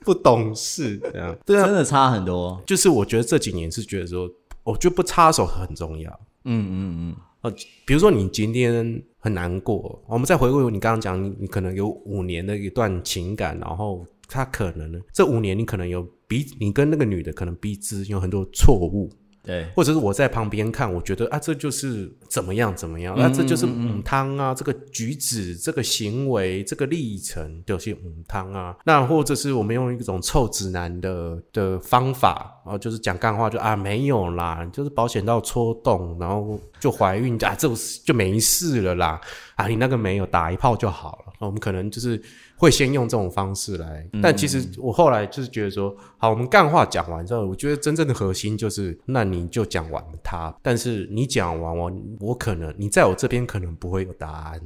Speaker 1: 不懂事，这样对啊，
Speaker 2: 真的差很多。
Speaker 1: 就是我觉得这几年是觉得说，我觉得不插手很重要。
Speaker 2: 嗯嗯
Speaker 1: 呃，比如说你今天很难过，我们再回顾你刚刚讲，你你可能有五年的一段情感，然后他可能这五年你可能有彼你跟那个女的可能彼此有很多错误，
Speaker 2: 嗯，对，
Speaker 1: 或者是我在旁边看，我觉得啊，这就是怎么样怎么样，那、啊这就是母汤啊，这个举止、这个行为、这个历程都是母汤啊。那或者是我们用一种臭直男的的方法啊，就是讲干话，就啊没有啦，就是保险套戳洞，然后就怀孕啊，这种事就没事了啦。啊，你那个没有，打一炮就好了。哦我们可能就是会先用这种方式来，
Speaker 2: 嗯
Speaker 1: 但其实我后来就是觉得说，好，我们干话讲完之后，我觉得真正的核心就是，那你就讲完它，但是你讲完我，我可能你在我这边可能不会有答案，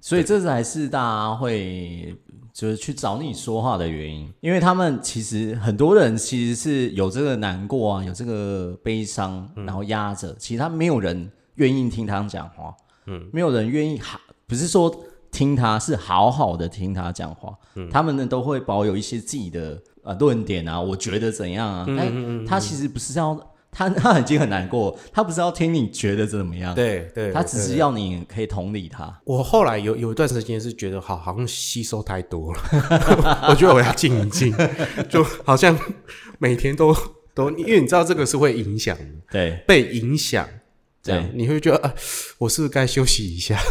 Speaker 2: 所以这才是大家会就是去找你说话的原因，因为他们其实很多人其实是有这个难过啊，有这个悲伤，
Speaker 1: 嗯
Speaker 2: 然后压着，其实他没有人愿意听他讲话，嗯，没有人愿意好，不是说听他，是好好的听他讲话，
Speaker 1: 嗯
Speaker 2: 他们呢都会保有一些自己的呃论点啊，我觉得怎样啊，
Speaker 1: 嗯
Speaker 2: 但他其实不是要。他他已经很难过，他不是要听你觉得怎么样，
Speaker 1: 对对，
Speaker 2: 他只
Speaker 1: 对
Speaker 2: 是要你可以同理他。
Speaker 1: 我后来有有一段时间是觉得好，好像吸收太多了， 我觉得我要静一静，就好像每天都都，因为你知道这个是会影响的，
Speaker 2: 对，
Speaker 1: 被影响，这
Speaker 2: 对
Speaker 1: 样你会觉得啊，我是不是该休息一下？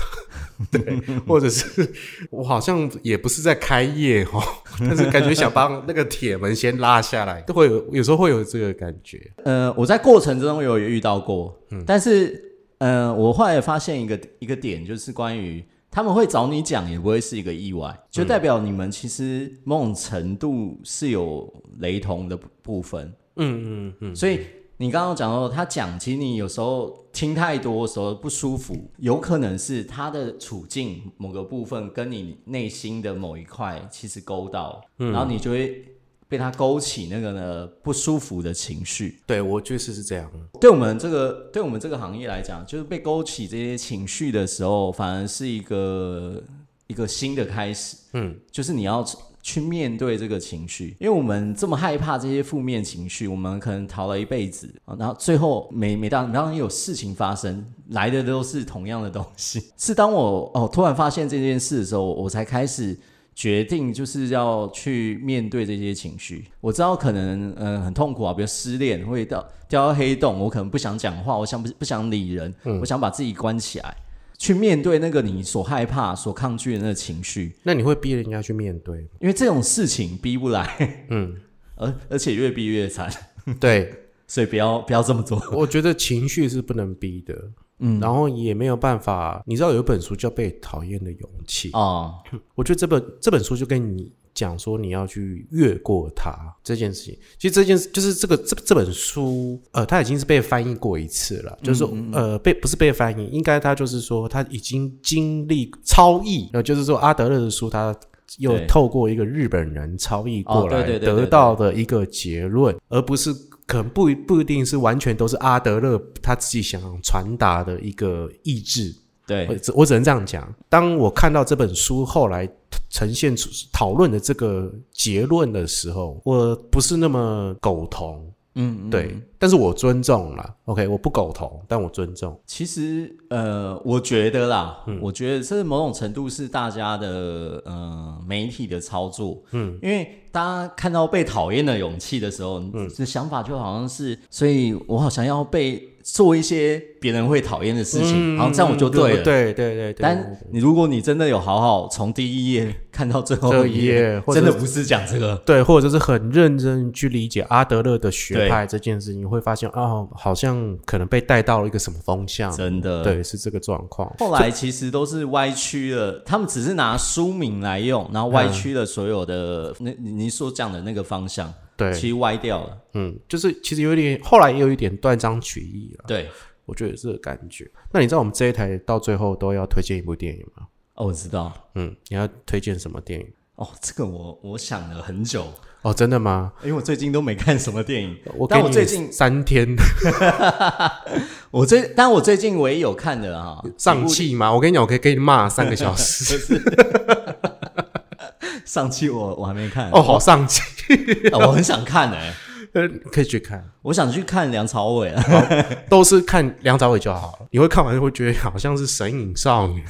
Speaker 1: 对，或者是我好像也不是在开业哦， 但是感觉想把那个铁门先拉下来，都会有有时候会有这个感觉。
Speaker 2: 呃，我在过程中有遇到过，但是呃，我后来发现一个一个点，就是关于他们会找你讲，也不会是一个意外，就代表你们其实某种程度是有雷同的部分，
Speaker 1: 嗯嗯嗯，
Speaker 2: 所以。你刚刚讲到他讲，其实你有时候听太多的时候不舒服，有可能是他的处境某个部分跟你内心的某一块其实勾到，然后你就会被他勾起那个呢不舒服的情绪。
Speaker 1: 对，我确实是这样。
Speaker 2: 对我们这个对我们这个行业来讲，就是被勾起这些情绪的时候，反而是一个一个新的开始。嗯，就是你要去面对这个情绪，因为我们这么害怕这些负面情绪，我们可能逃了一辈子，啊然后最后每每当当有事情发生，来的都是同样的东西。是当我哦突然发现这件事的时候，我才开始。决定就是要去面对这些情绪。我知道可能嗯、呃很痛苦啊，比如失恋会到掉到黑洞，我可能不想讲话，我想不不想理人，我想把自己关起来，去面对那个你所害怕、所抗拒的那个情绪，
Speaker 1: 那你会逼人家去面对 吗？
Speaker 2: 因为这种事情逼不来，嗯， 而而且越逼越惨，
Speaker 1: 对，
Speaker 2: 所以不要不要这么做。
Speaker 1: 我觉得情绪是不能逼的，嗯，然后也没有办法。你知道有一本书叫《被讨厌的勇气》，
Speaker 2: 哦，
Speaker 1: 我觉得这本这本书就跟你讲说你要去越过它这件事情。其实这件事就是这个这这本书，呃，它已经是被翻译过一次
Speaker 2: 嗯
Speaker 1: 了，就是说呃被不是被翻译，应该它就是说它已经经历超译，呃，就是说阿德勒的书它。又
Speaker 2: 对
Speaker 1: 透过一个日本人超译过
Speaker 2: 哦
Speaker 1: 来
Speaker 2: 对对对对
Speaker 1: 得到的一个结论，而不是可能不一不一定是完全都是阿德勒他自己想传达的一个意志，我
Speaker 2: 对，
Speaker 1: 只我只能这样讲。当我看到这本书后来呈现出讨论的这个结论的时候，我不是那么苟同，
Speaker 2: 嗯，嗯
Speaker 1: 对，但是我尊重了。OK，我不苟同，但我尊重。
Speaker 2: 其实，呃，我觉得啦，我觉得这某种程度是大家的呃媒体的操作，嗯，因为大家看到被讨厌的勇气的时候，你这想法就好像是，所以我好像要被做一些别人会讨厌的事情，好像这样我就嗯对
Speaker 1: 嗯
Speaker 2: 了。
Speaker 1: 对对对对。
Speaker 2: 但你如果你真的有好好从第一页看到最后
Speaker 1: 这
Speaker 2: 一
Speaker 1: 一页，或
Speaker 2: 真
Speaker 1: 者
Speaker 2: 的
Speaker 1: 是
Speaker 2: 不是讲这个，
Speaker 1: 对，或者是很认真去理解阿德勒的学派这件事情，你会发现哦，好像可能被带到了一个什么风向。
Speaker 2: 真的，
Speaker 1: 啊对，是这个状况。
Speaker 2: 后来其实都是歪曲了，他们只是拿书名来用，然后歪曲了所有的、那你你所讲的那个方向，
Speaker 1: 对，
Speaker 2: 其实歪掉了。
Speaker 1: 嗯，就是其实有点，后来也有一点断章取义了。
Speaker 2: 对，
Speaker 1: 我觉得有这个感觉。那你知道我们这一台到最后都要推荐一部电影吗？
Speaker 2: 哦，我知道，
Speaker 1: 嗯，你要推荐什么电影？
Speaker 2: 哦，这个我我想了很久，
Speaker 1: 哦，真的吗？
Speaker 2: 因为我最近都没看什么电影。
Speaker 1: 我给
Speaker 2: 但我
Speaker 1: 你
Speaker 2: 最近
Speaker 1: 三天
Speaker 2: 我最，但我最近唯一有看的啊，
Speaker 1: 上气嘛，我跟你讲，我可以给你骂三个小 时。
Speaker 2: 上期我我还没看，
Speaker 1: 哦，好上气，
Speaker 2: 啊我很想看哎、
Speaker 1: 呃 可以去看，
Speaker 2: 我想去看梁朝伟啊，
Speaker 1: 都是看梁朝伟就好了。你会看完会觉得好像是神隐少女。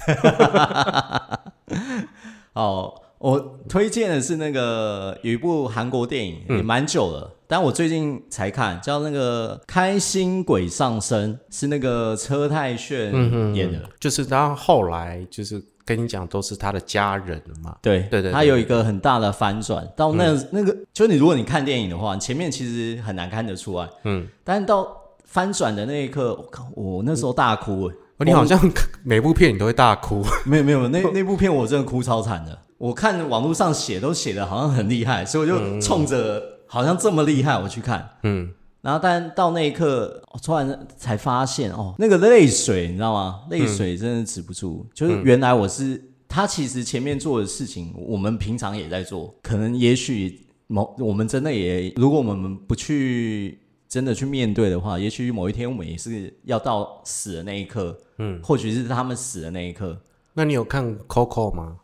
Speaker 2: 哦，我推荐的是那个有一部韩国电影，
Speaker 1: 嗯
Speaker 2: 也蛮久了，但我最近才看，叫那个《开心鬼上身》，是那个车太铉
Speaker 1: 嗯
Speaker 2: 演的。
Speaker 1: 就是他后来就是跟你讲，都是他的家人了嘛。
Speaker 2: 对
Speaker 1: 对嗯对
Speaker 2: 它有一个很大的反转，到那、那个，就你如果你看电影的话，你前面其实很难看得出来，嗯，但到翻转的那一刻，我靠，我那时候大哭、欸，
Speaker 1: 哦你好像每部片你都会大哭，
Speaker 2: 没有没有，那那部片我真的哭超惨的。我看网络上写都写的好像很厉害，所以我就冲着好像这么厉害我去看。
Speaker 1: 嗯，
Speaker 2: 然后但到那一刻，哦突然才发现哦，那个泪水你知道吗？泪水真的止不住。就是原来我是他，其实前面做的事情，我们平常也在做，可能也许某我们真的也，如果我们不去。真的去面对的话，也许某一天我们也是要到死的那一刻，嗯，或许是他们死的那一刻。
Speaker 1: 那你有看 Coco 吗？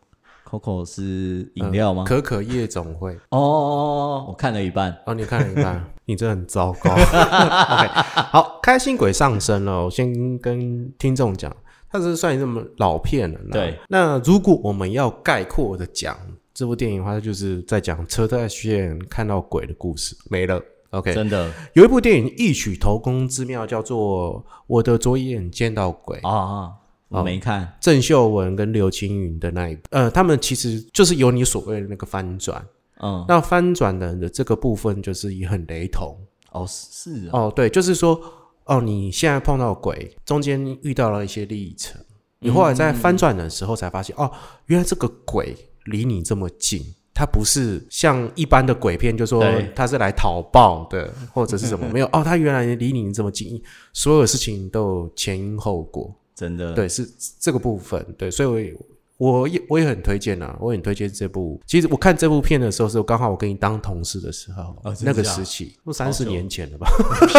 Speaker 2: Coco 是饮料
Speaker 1: 嗯
Speaker 2: 吗？
Speaker 1: 可可夜总会。
Speaker 2: 哦哦，我看了一半，
Speaker 1: 哦，你看了一 半，你真的很糟糕。OK，好，开心鬼上身了，我先跟听众讲，它是算一这么老片了啦。
Speaker 2: 对，
Speaker 1: 那如果我们要概括的讲这部电影的话，它就是在讲车太炫看到鬼的故事，没了。OK，
Speaker 2: 真的
Speaker 1: 有一部电影异曲同工之妙，叫做《我的左眼见到鬼》。
Speaker 2: 啊啊，我没看
Speaker 1: 郑秀文跟刘青云的那一部，呃，他们其实就是有你所谓的那个翻转，
Speaker 2: 嗯，
Speaker 1: 那翻转人的这个部分就是也很雷同
Speaker 2: 哦是啊，
Speaker 1: 哦，对，就是说哦，你现在碰到鬼，中间遇到了一些历程，你后来在
Speaker 2: 嗯
Speaker 1: 翻转的时候才发现，哦，原来这个鬼离你这么近。它不是像一般的鬼片，就说
Speaker 2: 对
Speaker 1: 它是来讨报的，或者是 什么没有哦，它原来离你这么近，所有事情都有前因后果。
Speaker 2: 真的
Speaker 1: 对，是这个部分。对，所以我也我也我也很推荐啊，我也很推荐这部。其实我看这部片的时候，是刚好我跟你当同事的时候，
Speaker 2: 哦真的
Speaker 1: 那个
Speaker 2: 假的
Speaker 1: 时期，都三十
Speaker 2: 久
Speaker 1: 年前了吧？
Speaker 2: 屁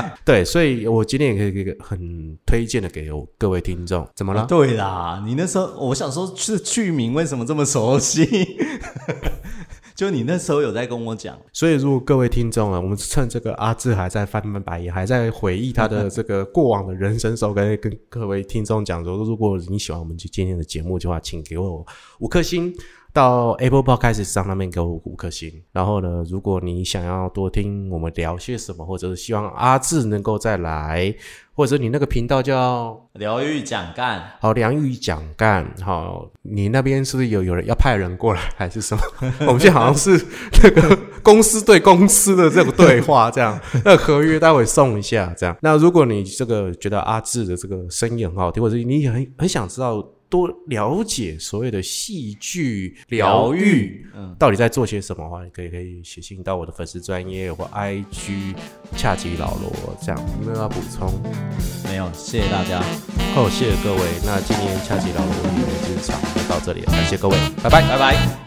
Speaker 2: 嘞，
Speaker 1: 对，所以我今天也可以给个很推荐的给我各位听众。怎么了？
Speaker 2: 啊对啦，你那时候我想说这剧名为什么这么熟悉？ 就你那时候有在跟我讲，
Speaker 1: 所以如果各位听众啊，我们趁这个阿志还在翻翻白眼，还在回忆他的这个过往的人生时候，跟跟各位听众讲说，如果你喜欢我们今天的节目的话，请给我五颗星。到 Apple Podcast 上那边给我五颗星，然后呢，如果你想要多听我们聊些什么，或者是希望阿志能够再来，或者你那个频道叫
Speaker 2: 疗愈讲干，
Speaker 1: 好，梁玉蒋干，好，你那边是不是有有人要派人过来，还是什么？ 我们现在好像是那个公司对公司的这个对话，这样，那合约待会送一下，这样。那如果你这个觉得阿志的这个声音很好听，或者你也很很想知道多了解所谓的戏剧疗愈。，
Speaker 2: 嗯，
Speaker 1: 到底在做些什么的话，你可以可以写信到我的粉丝专业或 IG 恰吉老罗这样，有没有要补充？
Speaker 2: 没有，谢谢大家，
Speaker 1: 好，谢谢各位。那今天恰吉老罗与人之场就到这里了，感谢各位，拜拜。
Speaker 2: 拜拜。